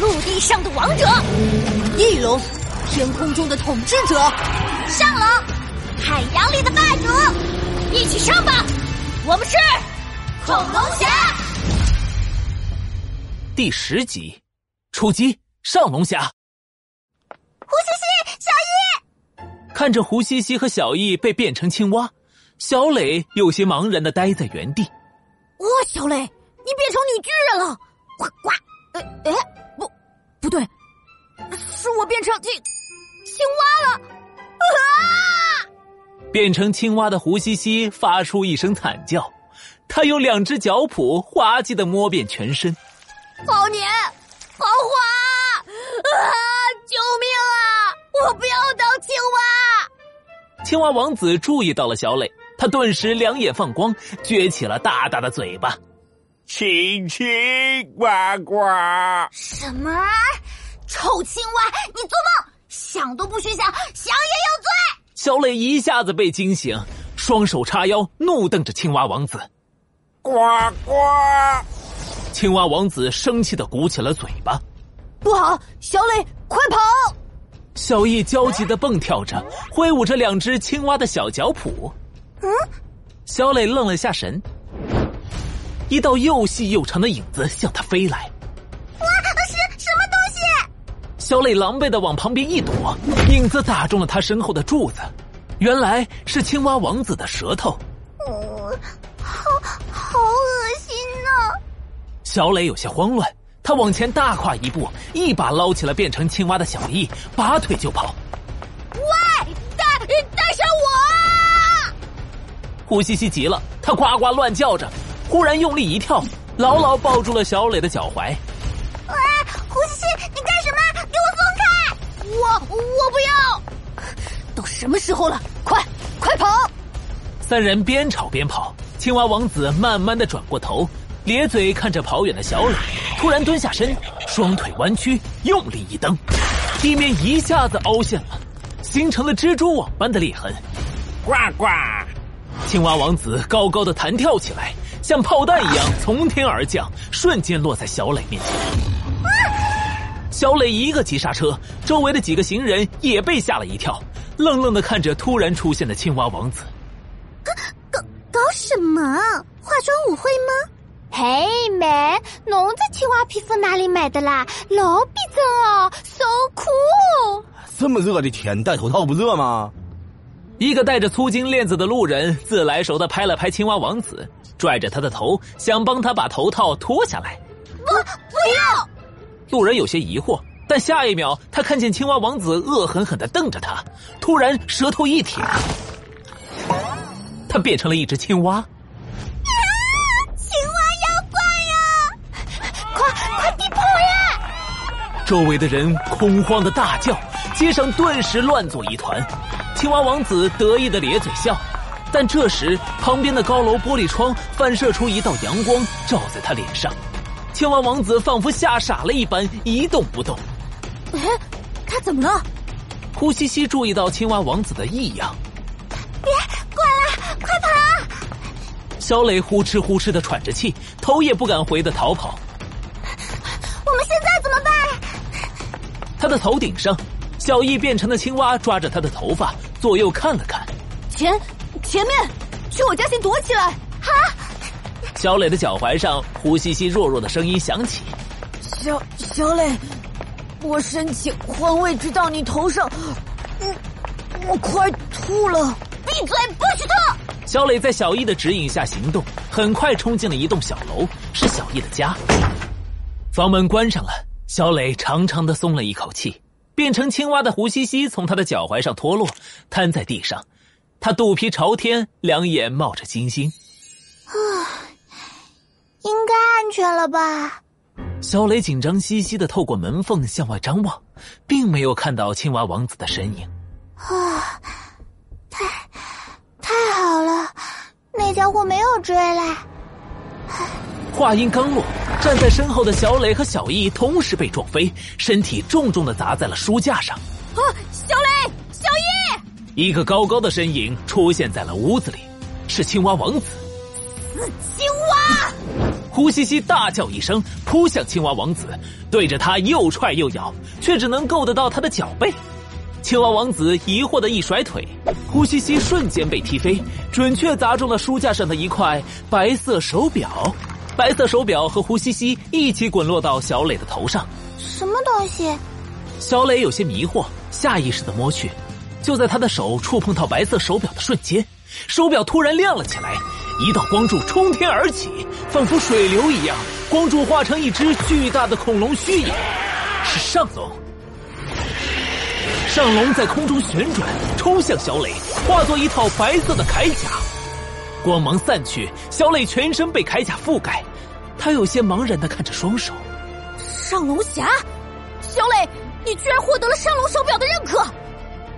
陆地上的王者，翼龙，天空中的统治者，上龙，海洋里的霸主，一起上吧！我们是恐龙侠。第十集，出击！上龙侠胡西西，小一，看着胡西西和小易被变成青蛙，小磊有些茫然的呆在原地。哇，小磊，你变成女巨人了！呱呱，哎哎，不，不对，是我变成青青蛙了。变成青蛙的胡西西发出一声惨叫，他有两只脚蹼滑稽的摸遍全身。好黏，好滑啊！救命啊！我不要当青蛙！青蛙王子注意到了小磊，他顿时两眼放光，撅起了大大的嘴巴。亲亲呱呱，什么？臭青蛙，你做梦！想都不许想，想也小磊一下子被惊醒，双手叉腰，怒瞪着青蛙王子。呱呱，青蛙王子生气的鼓起了嘴巴。有罪！不好，小磊，快跑！小易焦急的蹦跳着，挥舞着两只青蛙的小脚蹼。嗯，小磊愣了下神，一道又细又长的影子向他飞来。是什么东西？小磊狼狈的往旁边一躲，影子打中了他身后的柱子，原来是青蛙王子的舌头。哦，好好恶心呐、小磊有些慌乱，他往前大跨一步，一把捞起了变成青蛙的小易，拔腿就跑。喂，带带上我！胡西西急了，他呱呱乱叫着，忽然用力一跳，牢牢抱住了小磊的脚踝。喂，胡西西，你干什么？给我松开！我我不要！都什么时候了？快快跑！三人边吵边跑，青蛙王子慢慢的转过头，咧嘴看着跑远的小磊，突然蹲下身，双腿弯曲，用力一蹬，地面一下子凹陷了，形成了蜘蛛网般的裂痕。呱呱，青蛙王子高高的弹跳起来，像炮弹一样从天而降，瞬间落在小磊面前。小磊一个急刹车，周围的几个行人也被吓了一跳，愣愣的看着突然出现的青蛙王子。搞搞什么？化妆舞会吗？嘿，妹，侬这青蛙皮肤哪里买的啦？老逼真哦，so cool！这么热的天，戴头套不热吗？一个戴着粗金链子的路人自来熟的拍了拍青蛙王子，拽着他的头，想帮他把头套脱下来。不，不要！路人有些疑惑，但下一秒他看见青蛙王子恶狠狠的瞪着他，突然舌头一挺，他变成了一只青蛙。青蛙妖怪啊 呀！快快地跑呀！周围的人恐慌的大叫，街上顿时乱作一团。青蛙王子得意的咧嘴笑，但这时旁边的高楼玻璃窗反射出一道阳光，照在他脸上。青蛙王子仿佛吓傻了一般，一动不动。哎， 他怎么了？呼吸吸注意到青蛙王子的异样，过来，快跑！啊小磊呼哧呼哧的喘着气，头也不敢回的逃跑。我们现在怎么办？他的头顶上，小易变成的青蛙抓着他的头发，左右看了看。前前面，去我家先躲起来。好，小磊的脚踝上，胡西西弱弱的声音响起。小小磊，我申请换位置到你头上，我我快吐了。闭嘴，不许吐！小磊在小易的指引下行动，很快冲进了一栋小楼，是小易的家。房门关上了，小磊长长的松了一口气。变成青蛙的胡西西从他的脚踝上脱落，瘫在地上。他肚皮朝天，两眼冒着金星。应该安全了吧？小磊紧张兮兮的透过门缝向外张望，并没有看到青蛙王子的身影。太好了，那家伙没有追来。话音刚落，站在身后的小磊和小易同时被撞飞，身体重重的砸在了书架上。啊，小磊，小易，一个高高的身影出现在了屋子里，是青蛙王子。青蛙！胡西西大叫一声，扑向青蛙王子，对着他又踹又咬，却只能够得到他的脚背。青蛙王子疑惑的一甩腿，胡西西瞬间被踢飞，准确砸中了书架上的一块白色手表。白色手表和胡西西一起滚落到小磊的头上。什么东西？小磊有些迷惑，下意识的摸去。就在他的手触碰到白色手表的瞬间，手表突然亮了起来，一道光柱冲天而起，仿佛水流一样，光柱化成一只巨大的恐龙虚影，是上龙。上龙在空中旋转，冲向小磊，化作一套白色的铠甲。光芒散去，小磊全身被铠甲覆盖，他有些茫然的看着双手。上龙侠，小磊，你居然获得了上龙手表的认可，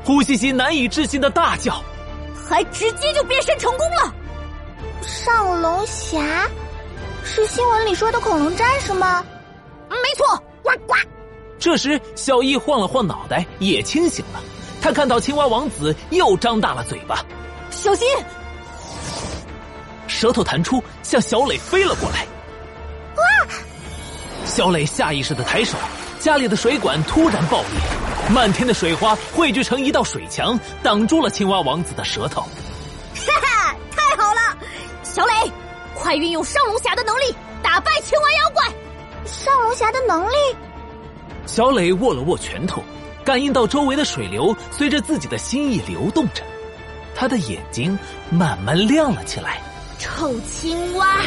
呼吸机难以置信的大叫。还直接就变身成功了。上龙侠是新闻里说的恐龙战士吗？没错，呱呱！这时，小易晃了晃脑袋，也清醒了。他看到青蛙王子又张大了嘴巴，小心！舌头弹出，向小磊飞了过来。小磊下意识的抬手，家里的水管突然爆裂，漫天的水花汇聚成一道水墙，挡住了青蛙王子的舌头。哈哈，太好了！小磊，快运用上龙侠的能力打败青蛙妖怪！上龙侠的能力小磊握了握拳头，感应到周围的水流随着自己的心意流动着，他的眼睛慢慢亮了起来。臭青蛙，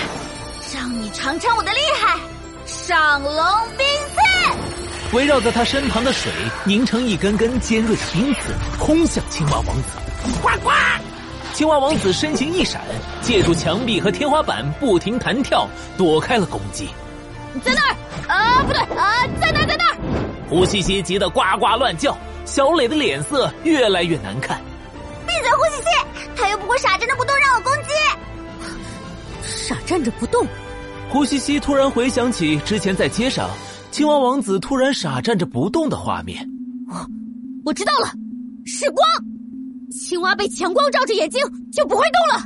让你尝尝我的厉害！上龙冰刺！围绕在他身旁的水凝成一根根尖锐的冰刺，轰向青蛙王子。呱呱！青蛙王子身形一闪，借助墙壁和天花板不停弹跳，躲开了攻击。在那儿啊，不对啊，在那儿，在那儿！胡西西急得呱呱乱叫，小磊的脸色越来越难看。闭嘴，呼吸器，他又不会傻站着不动让我攻击。傻站着不动，胡西西突然回想起之前在街上，青蛙王子突然傻站着不动的画面。我知道了，是光。青蛙被强光照着眼睛就不会动了。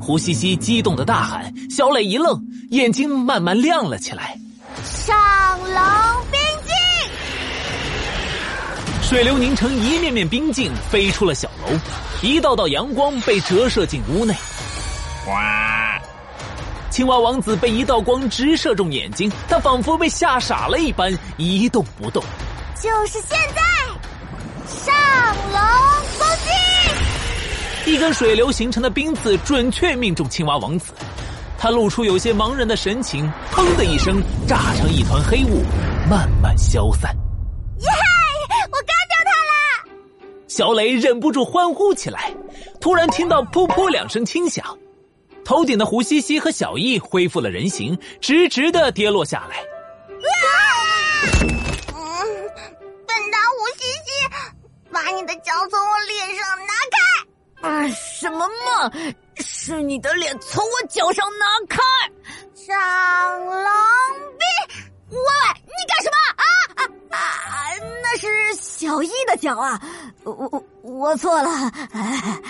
胡西西激动的大喊，小磊一愣，眼睛慢慢亮了起来。上龙冰镜，水流凝成一面面冰镜飞出了小楼，一道道阳光被折射进屋内。哇！青蛙王子被一道光直射中眼睛，他仿佛被吓傻了一般，一动不动。就是现在！上龙攻击，一根水流形成的冰刺准确命中青蛙王子，他露出有些茫然的神情，砰的一声炸成一团黑雾，慢慢消散。耶！哎我干掉他了！小磊忍不住欢呼起来，突然听到噗噗两声轻响，头顶的胡西西和小易恢复了人形，直直的跌落下来。嗯，笨蛋胡西西，把你的脚从我脸上拿开！啊，什么嘛！是你的脸从我脚上拿开！上龙冰，喂喂，你干什么啊啊啊！那是啊小易的脚啊，我我我错了。哎